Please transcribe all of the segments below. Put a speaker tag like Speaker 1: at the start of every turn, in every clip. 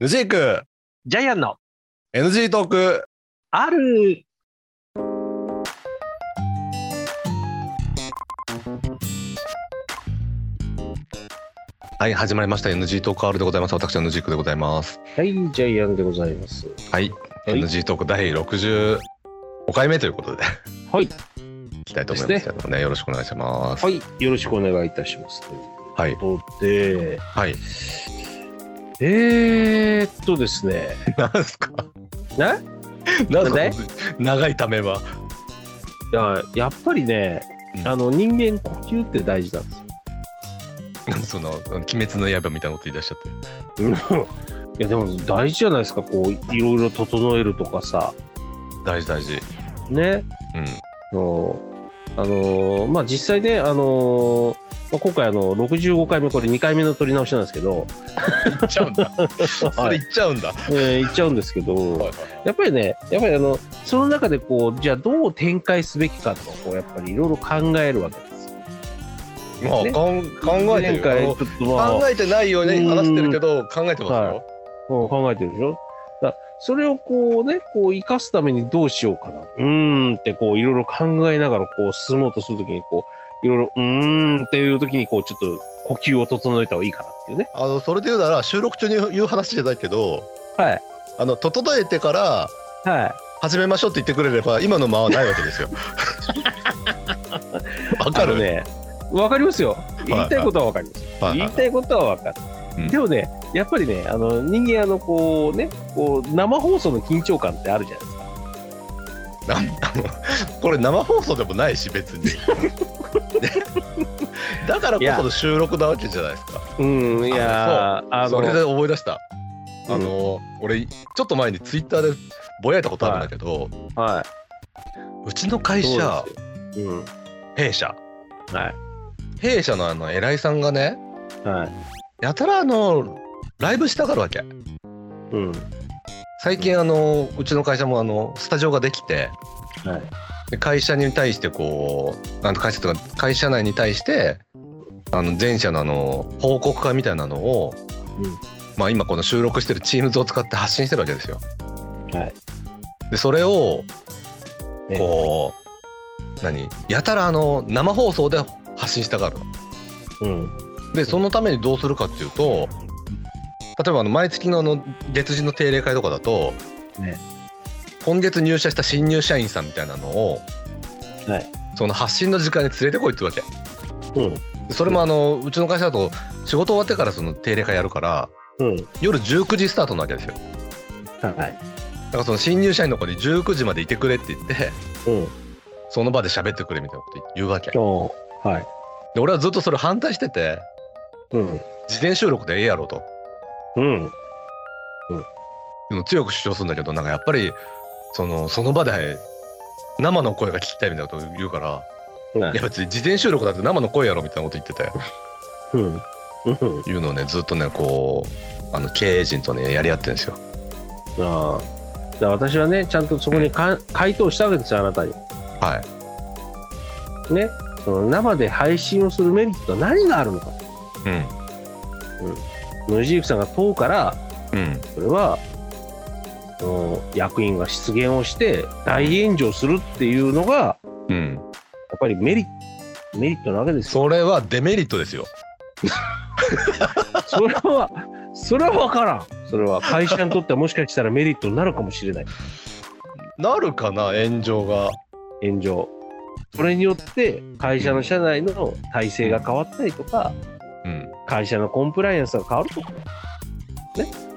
Speaker 1: ヌジーク
Speaker 2: ジャイアンの
Speaker 1: NG トーク
Speaker 2: ある
Speaker 1: はい始まりました NG トーク R でございます私はヌジークでございます
Speaker 2: はい、ジャイアンでございます。
Speaker 1: はい、
Speaker 2: い
Speaker 1: NG トーク第65回目ということで
Speaker 2: はい、
Speaker 1: いきたいと思いますけどねよろしくお願いします
Speaker 2: はい、よろしくお願いいたします。とい
Speaker 1: はい、
Speaker 2: うことで、
Speaker 1: はい、
Speaker 2: えーっとですね、
Speaker 1: なんすか
Speaker 2: な
Speaker 1: なん
Speaker 2: んで
Speaker 1: か長いためは
Speaker 2: ややっぱりね
Speaker 1: う、ん
Speaker 2: あの人間呼吸って大事なんですよ。
Speaker 1: その「鬼滅の刃」みたいなこと言い出しちゃって
Speaker 2: いやでも大事じゃないですかこういろいろ整えるとかさ
Speaker 1: 大事大事
Speaker 2: ね
Speaker 1: うん
Speaker 2: のあのーまあ実際ね、あのーまあ、今回あの65回目これ2回目の撮り直しなんですけど、
Speaker 1: 言っちゃうん だそれ言っちゃうんだ、
Speaker 2: えー言っちゃうんですけどやっぱりねやっぱりあのその中でこうじゃあどう展開すべきかとかこうやっぱりいろいろ考えるわけですよ。
Speaker 1: まあ、
Speaker 2: ね
Speaker 1: かん考えてる
Speaker 2: 前回ちょ
Speaker 1: よ
Speaker 2: っとまあ
Speaker 1: 考えてないように話してるけど考えてますよ、
Speaker 2: はいうん考えてるでしょだからそれをこうね、こう生かすためにどうしようかな。うーんってこういろいろ考えながらこう進もうとするときにこう、いろいろうーんっていうときにこうちょっと呼吸を整えた方がいいかなっていうね。
Speaker 1: あのそれで言うなら収録中に言う話じゃないけど
Speaker 2: はい。
Speaker 1: あの整えてから
Speaker 2: は
Speaker 1: 始めましょうって言ってくれれば今の間はないわけです よ。わ
Speaker 2: い。
Speaker 1: かる
Speaker 2: あのね。わかりますよ。言いたいことはわかります。
Speaker 1: はいは
Speaker 2: 言い
Speaker 1: い
Speaker 2: たいことはわかる。
Speaker 1: うん
Speaker 2: でもね、やっぱりね、あの人間あのこうね、こう生放送の緊張感ってあるじゃないです
Speaker 1: あ
Speaker 2: か。
Speaker 1: のこれ生放送でもないし別 に。だからこその収録なわけじゃないですか。
Speaker 2: うん、いやー、あ
Speaker 1: それで
Speaker 2: の、
Speaker 1: 思い出した。あの、俺ちょっと前にツイッターでぼやいたことあるんだけど、
Speaker 2: は
Speaker 1: うちの会
Speaker 2: い。
Speaker 1: 社
Speaker 2: そうですようん。
Speaker 1: 弊社
Speaker 2: はい。
Speaker 1: 弊社のあの偉いさんがね
Speaker 2: はい。
Speaker 1: やたらあのライブしたがるわけ。
Speaker 2: うん。
Speaker 1: 最近あのうちの会社もあのスタジオができて
Speaker 2: はい。
Speaker 1: で会社に対してこうあの会社とか会社内に対してあの全社のあの報告会みたいなのを、
Speaker 2: うん
Speaker 1: まあ、今この収録してる Teams を使って発信してるわけですよ。
Speaker 2: はい
Speaker 1: でそれを
Speaker 2: ええ
Speaker 1: こう何やたらあの生放送で発信したがるの。
Speaker 2: うん。
Speaker 1: でそのためにどうするかっていうと例えばあの毎月のあの月次の定例会とかだと、
Speaker 2: ね
Speaker 1: 今月入社した新入社員さんみたいなのを、
Speaker 2: はい
Speaker 1: その発信の時間に連れてこいってわけ
Speaker 2: うん。
Speaker 1: それもあの、うちの会社だと仕事終わってからその定例会やるから
Speaker 2: うん。
Speaker 1: 夜19時スタートなわけですよだ
Speaker 2: はい。
Speaker 1: からその新入社員の子に19時までいてくれって言って
Speaker 2: うん。
Speaker 1: その場で喋ってくれみたいなこと言うわけで
Speaker 2: 今日。はい。
Speaker 1: 俺はずっとそれ反対してて
Speaker 2: うん。
Speaker 1: 事前収録でええやろと
Speaker 2: うん。
Speaker 1: でも強く主張するんだけどなんかやっぱりそのその場で生の声が聞きたいみたいなこと言うから
Speaker 2: はい
Speaker 1: や
Speaker 2: い。
Speaker 1: 別に事前収録だって生の声やろみたいなこと言ってて
Speaker 2: うん。うん。
Speaker 1: いうのをねずっとねこうあの経営陣とねやり合ってるんですよ
Speaker 2: ああ。だから私はね、ちゃんとそこにか回答したわけですよ、あなたに。
Speaker 1: はい
Speaker 2: ね。その生で配信をするメリットは何があるのか。
Speaker 1: う
Speaker 2: 野地幸さんが党から、
Speaker 1: んうん
Speaker 2: それは、その役員が失言をして大炎上するっていうのが、や
Speaker 1: うん
Speaker 2: っぱりメリット、メリットなわ けですよ。
Speaker 1: それはデメリットですよ
Speaker 2: それは、それは分からん。それは会社にとってはもしかしたらメリットになるかもしれない。
Speaker 1: なるかな炎上が
Speaker 2: 炎上。それによって会社の社内の体制が変わったりとか、
Speaker 1: うん
Speaker 2: 会社のコンプライアンスが変わるとか。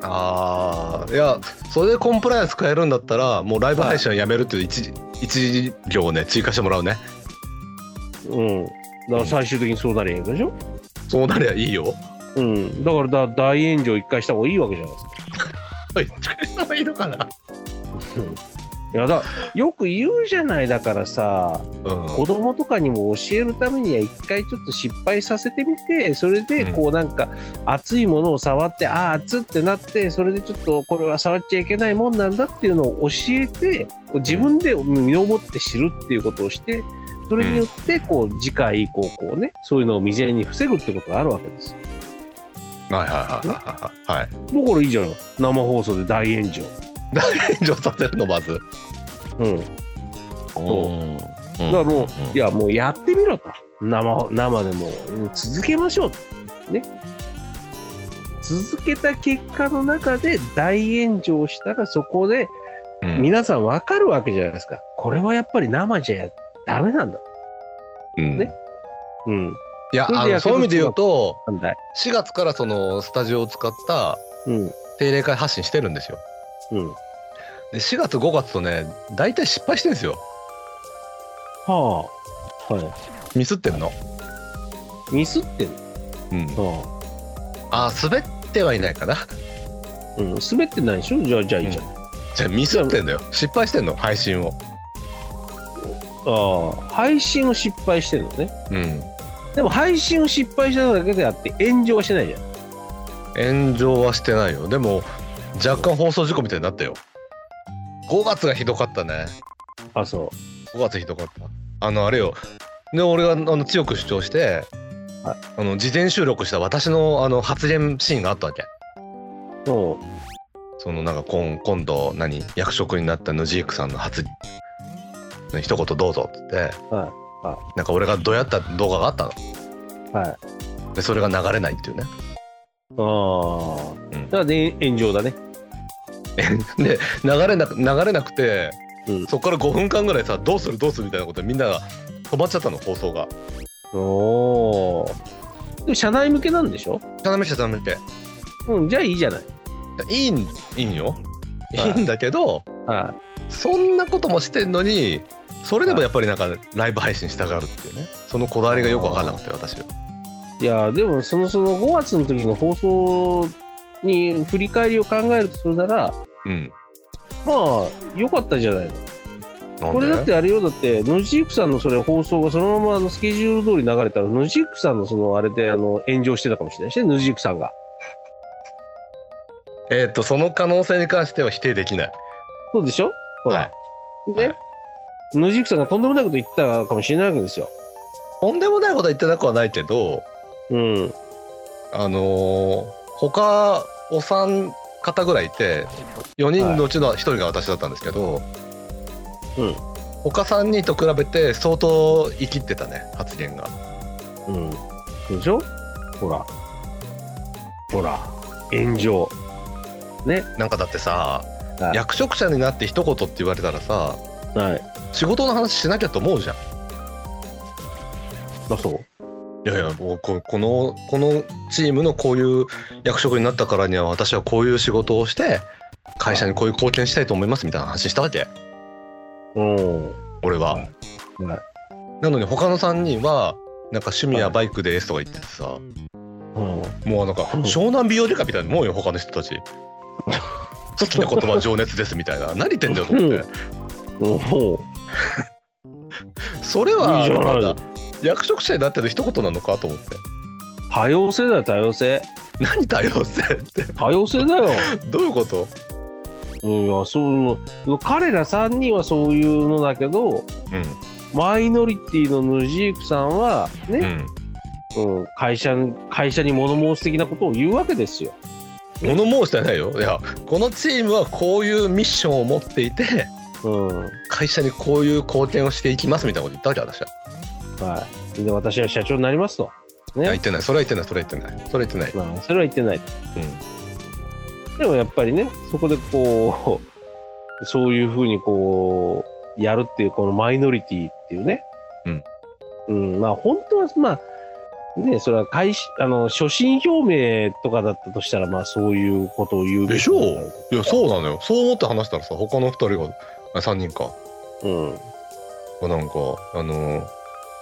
Speaker 1: あーいやそれでコンプライアンス変えるんだったらもうライブ配信はやめるっていう一,、一行をね追加してもらうね
Speaker 2: うん。だから最終的にそうなりゃいいわけでしょ
Speaker 1: そうなりゃいいよ
Speaker 2: うん。だからだ大炎上一回した方がいいわけじゃないですか。
Speaker 1: 一回した方がいいのかな、
Speaker 2: いやだよく言うじゃないだからさ
Speaker 1: うん、
Speaker 2: 子供とかにも教えるためには一回ちょっと失敗させてみてそれでこうなんか熱いものを触ってああ熱ってなってそれでちょっとこれは触っちゃいけないもんなんだっていうのを教えてこう自分で身をもって知るっていうことをしてそれによってこう次回以降こうねそういうのを未然に防ぐってことがあるわけですよ
Speaker 1: はいはいはいはいはい。
Speaker 2: だからいいじゃん生放送で大炎上
Speaker 1: 炎上させるのまず。
Speaker 2: うん
Speaker 1: おーうん
Speaker 2: だから
Speaker 1: ん
Speaker 2: もう、いやもうやってみろと生生でもうん続けましょうとね続けた結果の中で大炎上したらそこで
Speaker 1: うん
Speaker 2: 皆さん分かるわけじゃないですか、これはやっぱり生じゃダメなんだ
Speaker 1: うん
Speaker 2: ねうん
Speaker 1: いや
Speaker 2: それ
Speaker 1: あ
Speaker 2: で
Speaker 1: の
Speaker 2: やけ
Speaker 1: そ
Speaker 2: ど
Speaker 1: ういう意味で言うと
Speaker 2: なんだい
Speaker 1: 4月からそのスタジオを使った
Speaker 2: うん
Speaker 1: 定例会発信してるんですよ
Speaker 2: うん
Speaker 1: で4月5月とね大体失敗してるんですよ
Speaker 2: はあは
Speaker 1: ミスってんの、
Speaker 2: いミスってん
Speaker 1: うん、
Speaker 2: の
Speaker 1: あ滑ってはいないか な
Speaker 2: ああ、うん、滑ってないでしょじゃあじゃあいいじゃん、あ
Speaker 1: じゃあミスってんのよ失敗してんの配信を
Speaker 2: あ配信を失敗してるのね
Speaker 1: うん
Speaker 2: でも配信を失敗しただけであって炎上はしてないじゃん
Speaker 1: 炎上はしてないよでも若干放送事故みたいになったよ5月がひどかったね
Speaker 2: あそ
Speaker 1: 5月ひどかったあのあれよで俺があの強く主張して、
Speaker 2: はい
Speaker 1: あの事前収録した私のあの発言シーンがあったわけ
Speaker 2: ううん
Speaker 1: そのなんか今今度何役職になったヌジークさんの初の一言どうぞっつって、
Speaker 2: はいは
Speaker 1: なんか俺がどうやった動画があった
Speaker 2: はい
Speaker 1: のでそれが流れないっていうね
Speaker 2: ああ、
Speaker 1: うん
Speaker 2: だからで炎上だね。
Speaker 1: で流れなく流れなくて、
Speaker 2: うん
Speaker 1: そこから5分間ぐらいさどうするどうするみたいなことでみんなが止まっちゃったの放送が
Speaker 2: おお。でも社内向けなんでしょ
Speaker 1: 頼めちゃ頼めて
Speaker 2: うん、じゃあいいじゃない。
Speaker 1: いいんいいんよ、
Speaker 2: はい
Speaker 1: い、いんだけど
Speaker 2: は。
Speaker 1: そんなこともしてんのにそれでもやっぱりなんかライブ配信したがるっていうねそのこだわりがよく分かんなくて私はい
Speaker 2: いやー、でもそのその5月の時の放送に振り返りを考えるとするなら、
Speaker 1: うん
Speaker 2: まあ、良かったじゃないの。
Speaker 1: なん
Speaker 2: これ
Speaker 1: で
Speaker 2: だってあれよ、だって、ヌジークさんのそれ放送がそのままあのスケジュール通り流れたら、ヌジークさんのそのあれであの炎上してたかもしれないしね、ヌジークさんが。
Speaker 1: えーっとその可能性に関しては否定できない。
Speaker 2: そうでしょほら。
Speaker 1: はい
Speaker 2: ね、
Speaker 1: はい
Speaker 2: ヌジークさんがとんでもないこと言ったかもしれないわけですよ。
Speaker 1: とんでもないことは言ってなくはないけど、
Speaker 2: うん。
Speaker 1: あのー他お三方ぐらいいて4人のうちの1人が私だったんですけど、
Speaker 2: うん
Speaker 1: 他3人と比べて相当生きってたね発言が。
Speaker 2: うん。でしょほら。ほら。炎上。
Speaker 1: なんかだってさ、
Speaker 2: はい
Speaker 1: 役職者になって一言って言われたらさ
Speaker 2: はい。
Speaker 1: 仕事の話しなきゃと思うじゃん。
Speaker 2: まあそう。
Speaker 1: いやいやもうここのこのチームのこういう役職になったからには私はこういう仕事をして会社にこういう貢献したいと思いますみたいな話したわけ
Speaker 2: うん。
Speaker 1: 俺は、
Speaker 2: はいはい
Speaker 1: なのに他の3人はなんか趣味はバイクですとか言っててさ、
Speaker 2: うん。
Speaker 1: もうなんか
Speaker 2: うん
Speaker 1: 湘南美容外科みたいなもんよ他の人 たち好きな言葉は情熱ですみたいな何言ってんだよと思って
Speaker 2: おう
Speaker 1: それはい
Speaker 2: いじゃない
Speaker 1: なんだ役職者になってる一言なのかと思って
Speaker 2: 多様性だよ、多様性。
Speaker 1: 何だよって
Speaker 2: 多様性だ よ。
Speaker 1: どういうこと
Speaker 2: うん、いや、そう、彼ら3人はそういうのだけど、
Speaker 1: う
Speaker 2: マイノリティのヌジークさんは、
Speaker 1: んう
Speaker 2: ね、
Speaker 1: ん
Speaker 2: うん、会社に、会社に物申す的なことを言うわけですよ。
Speaker 1: 物申してないよいやこのチームはこういうミッションを持っていて
Speaker 2: うん。
Speaker 1: 会社にこういう貢献をしていきますみたいなこと言ったわけ私は、
Speaker 2: はい。で、私は社長になりますと。
Speaker 1: いや
Speaker 2: ね
Speaker 1: 言。ってないそれは言ってないそれは言ってないそれは言ってない
Speaker 2: まあ、それは言ってない。でもやっぱりね、そこでこう、 そういうふうにこう、やるっていう、このマイノリティっていうね。
Speaker 1: うん。
Speaker 2: うん、まあ本当は、まあ、ね、それは開始、あの、初心表明とかだったとしたら、まあそういうことを言うべき
Speaker 1: でしょういやそうなのよそう思って話したらさ他の2人があ3人か
Speaker 2: うん。
Speaker 1: なんかあの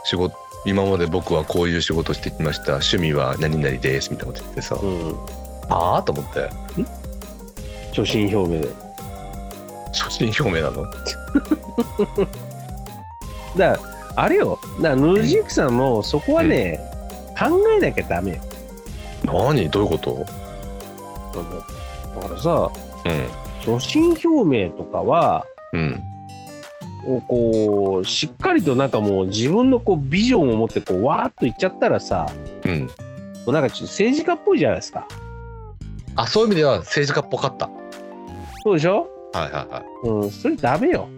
Speaker 1: 仕事今まで僕はこういう仕事してきました趣味は何々ですみたいなこと言ってさ、
Speaker 2: うん。
Speaker 1: ああと思って
Speaker 2: 初心表明で。
Speaker 1: 初心表明なの
Speaker 2: だから、あれよ、だからヌジークさんもそこはね、考えなきゃダメよ。
Speaker 1: 何どういうこと
Speaker 2: だからさ、
Speaker 1: う
Speaker 2: 初心表明とかは、
Speaker 1: んうん
Speaker 2: をこうしっかりとなんかもう自分のこうビジョンを持ってこうわーっといっちゃったらさ
Speaker 1: うん
Speaker 2: うなんかちょっと政治家っぽいじゃないですか。
Speaker 1: あそういう意味では政治家っぽかった
Speaker 2: そうでしょ
Speaker 1: はいはいはい
Speaker 2: うん、それダメよ。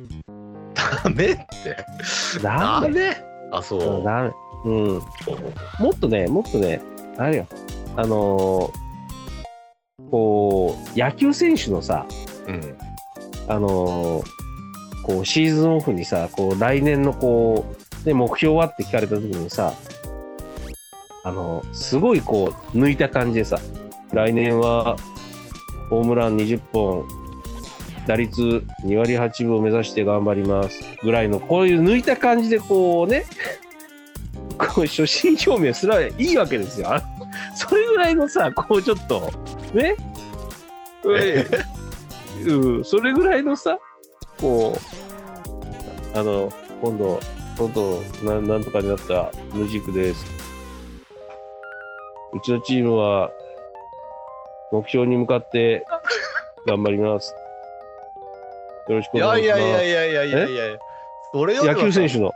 Speaker 1: ダメって
Speaker 2: ダメ。
Speaker 1: メあそう
Speaker 2: うんダメ。うん。もっとね、もっとね、あれよ、あのーこう、野球選手のさ、
Speaker 1: うん
Speaker 2: あのーこう、シーズンオフにさ、こう、来年のこう、ね、目標はって聞かれた時にさ、あのーすごいこう、抜いた感じでさ、来年は、ホームラン20本、打率2割8分を目指して頑張ります、ぐらいの、こういう抜いた感じでこうね、こう、初心表明すればいいわけですよ。あそれぐらいのさ、こう、ちょっと、ね、
Speaker 1: え
Speaker 2: うん、それぐらいのさ、こう、あの、今度、今度、なんなんとかになったムジクです。うちのチームは、目標に向かって頑張ります。よろしく
Speaker 1: い
Speaker 2: お
Speaker 1: やい
Speaker 2: 願いし
Speaker 1: や
Speaker 2: ます。
Speaker 1: いやいやいやいやいやいやそれよりは
Speaker 2: 野球選手の。
Speaker 1: 好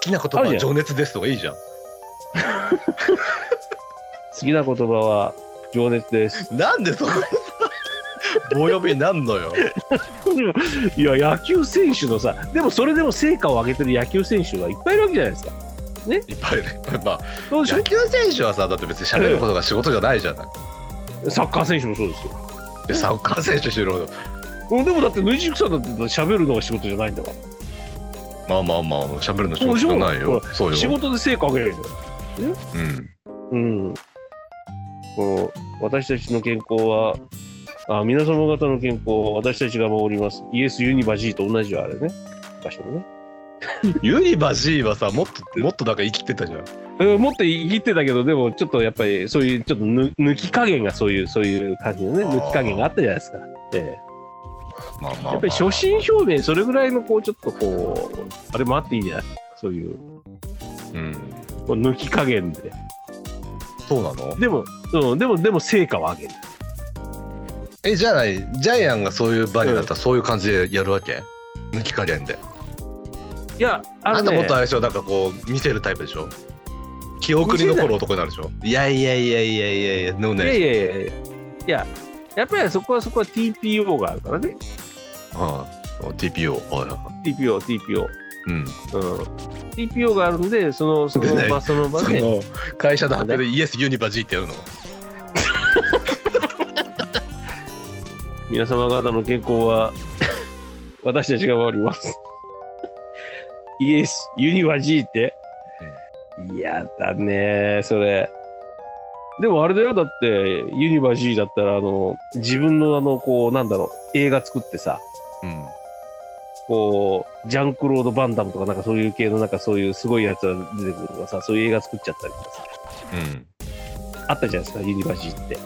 Speaker 1: きな言葉は情熱ですとかいいじゃん
Speaker 2: 好きな言葉は情熱です。
Speaker 1: なんでそこにさ棒読みになんのよ
Speaker 2: いや、野球選手のさ、でもそれでも成果を上げてる野球選手がいっぱいいるわけじゃないですか。
Speaker 1: いっぱいねまあ
Speaker 2: そうでし
Speaker 1: 野球選手はさだって別に喋ることが仕事じゃないじゃない
Speaker 2: ょサッカー選手もそうですよ。
Speaker 1: でサッカー選手しろ
Speaker 2: うんでもだって、ヌジクさんだって喋るのが仕事じゃないんだか
Speaker 1: まあまあまあ喋るの仕事じゃないよそう
Speaker 2: ら。仕
Speaker 1: よ、
Speaker 2: 事で成果上げるんだよ。
Speaker 1: うん、
Speaker 2: うん。こう、私たちの健康は、あ、皆様方の健康は私たちが守ります。イエス・ユニバジーと同じよ、あれね。昔のね。
Speaker 1: ユニバ G はさもっともっとなんか生きてたじゃん
Speaker 2: うんもっと言ってたけど、でもちょっとやっぱりそういうちょっとぬ抜き加減がそういう、そういう感じのね、
Speaker 1: あー
Speaker 2: 抜き加減があったじゃないですか。ええ
Speaker 1: まあまあ、まあ、
Speaker 2: やっぱり初心表明、それぐらいのこう、ちょっとこう、あれもあっていいんじゃないそういう、
Speaker 1: うん
Speaker 2: こう抜き加減で。
Speaker 1: そうなの
Speaker 2: でも、うん、でも、でも成果を上げる。
Speaker 1: えじゃないジャイアンがそういう場になったらそういう感じでやるわけ抜き加減で
Speaker 2: いや、
Speaker 1: あ
Speaker 2: あ
Speaker 1: ん
Speaker 2: の、
Speaker 1: たも
Speaker 2: ね
Speaker 1: っと、あれでしょなんかこう見せるタイプでしょ記憶に残る男になるでしょいやいやいやいやいやいやでも
Speaker 2: いや
Speaker 1: ね
Speaker 2: いやいやいや、いや、やっぱりそこはそこは TPO があるからね。
Speaker 1: うん TPO はいは
Speaker 2: TPO、TPO。
Speaker 1: いうん
Speaker 2: うん。TPO があるんで、その、その
Speaker 1: で
Speaker 2: 場、その場
Speaker 1: そ
Speaker 2: で。
Speaker 1: の会社の発表でイエスユニバ G ってやるの
Speaker 2: 皆様方の健康は 私たちが守ります。イエス、ユニバ G って。いやだね、それ。でもあれだよ、だって、ユニバ G だったら、あの、自分のあの、こう、なんだろう、映画作ってさ、
Speaker 1: うん
Speaker 2: こう、ジャンクロード・バンダムとかなんかそういう系のなんかそういうすごいやつが出てくるとかさ、そういう映画作っちゃったりとかさ、
Speaker 1: うん
Speaker 2: あったじゃないですか、ユニバ G って。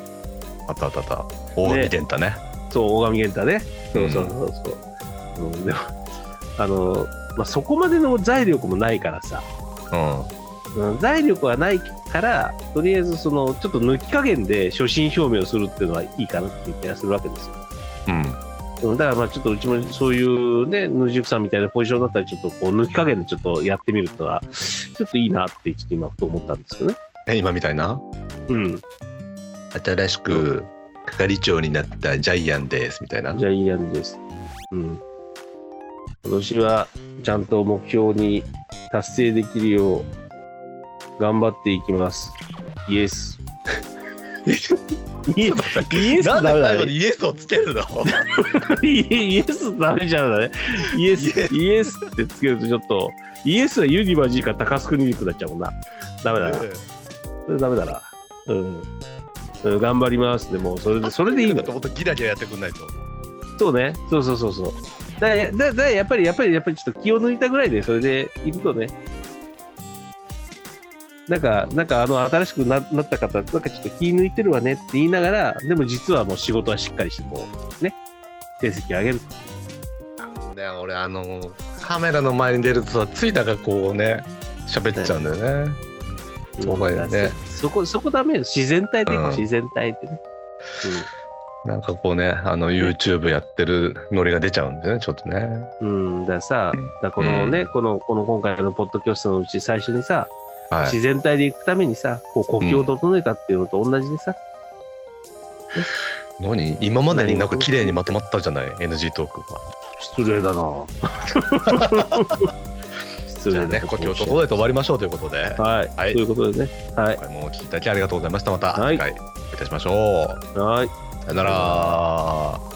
Speaker 1: あったあったあった大神健太ね
Speaker 2: そう、大神源太ね。そうそうそうそう。うん、でも、あの、まあ、そこまでの財力もないからさ、
Speaker 1: うん
Speaker 2: うん、財力はないから、とりあえずその、ちょっと抜き加減で初心表明をするっていうのはいいかなっていう気がするわけですよ。
Speaker 1: うん
Speaker 2: うん、だからまあちょっとうちもそういうね、ヌジュクさんみたいなポジションだったら、ちょっとこう抜き加減でちょっとやってみるとは、ちょっといいなって、ちょっと今ふと思ったんですよね。
Speaker 1: え今みたいな
Speaker 2: うん。
Speaker 1: 新しく係長になったジャイアンですみたいな
Speaker 2: じゃあいいやんです。うん。今年はちゃんと目標に達成できるよう、頑張っていきます。イエス。 イエス、イエス
Speaker 1: な
Speaker 2: ダ
Speaker 1: んで
Speaker 2: メだ
Speaker 1: 最後に
Speaker 2: ね。
Speaker 1: イエスをつけるの
Speaker 2: イエスダメじゃない。イエ
Speaker 1: イエ
Speaker 2: ス、イエスってつけるとちょっと、イエスはユニバージーか高須クリニックになっちゃうもんな。ダメだな。それダメだな。うん。うん、頑張ります。でも、それで、それでいいの
Speaker 1: だ。ともっとギラギラやってくんないと
Speaker 2: そうね。そうそうそうそう。だだだだやっぱりやっぱりやっぱりちょっと気を抜いたぐらいでそれでいくとね。なんかなんかあの新しくななった方なんかちょっと気抜いてるわねって言いながらでも実はもう仕事はしっかりしてこうね成績上げる。
Speaker 1: ね俺あのカメラの前に出るとさついなんかこうね喋っちゃうんだよねそうだよね
Speaker 2: そ。そこそこダメよ自然体でいこう、
Speaker 1: うん
Speaker 2: 自然体でね。
Speaker 1: なんかこうねあの YouTube やってるノリが出ちゃうんだよねちょっとね
Speaker 2: うん、うん、だからさだからこのね、このこの今回のポッドキャストのうち最初にさ
Speaker 1: はい
Speaker 2: 自然体で行くためにさ、こう呼吸を整えたっていうのと同じでさ、
Speaker 1: 何今までになく綺麗にまとまったじゃない NG トークが。
Speaker 2: 失礼だな 失
Speaker 1: じゃあ
Speaker 2: 礼
Speaker 1: ね、
Speaker 2: だ
Speaker 1: 呼吸を整えて終わりましょうということで、
Speaker 2: はい、
Speaker 1: はい
Speaker 2: ということでねはい
Speaker 1: 今回もお聞きいただきありがとうございました。また
Speaker 2: はい
Speaker 1: 次回お会いいたしましょう。
Speaker 2: はい
Speaker 1: さよなら。